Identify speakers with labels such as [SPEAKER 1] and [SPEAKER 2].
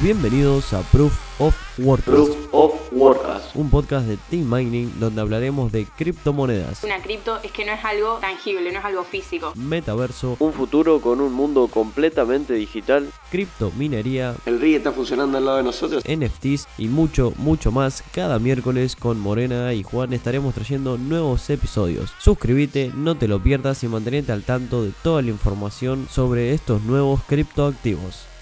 [SPEAKER 1] Bienvenidos a Proof of Workers,
[SPEAKER 2] Proof of Workers.
[SPEAKER 1] un podcast de Team Mining donde hablaremos de criptomonedas,
[SPEAKER 3] Una cripto es que no es algo tangible, no es algo físico.
[SPEAKER 1] metaverso,
[SPEAKER 2] Un futuro con un mundo completamente digital.
[SPEAKER 1] criptominería,
[SPEAKER 2] El RI está funcionando al lado de nosotros.
[SPEAKER 1] NFTs y mucho, mucho más. Cada miércoles con Morena y Juan estaremos trayendo nuevos episodios. Suscríbete, no te lo pierdas y mantenete al tanto de toda la información sobre estos nuevos criptoactivos.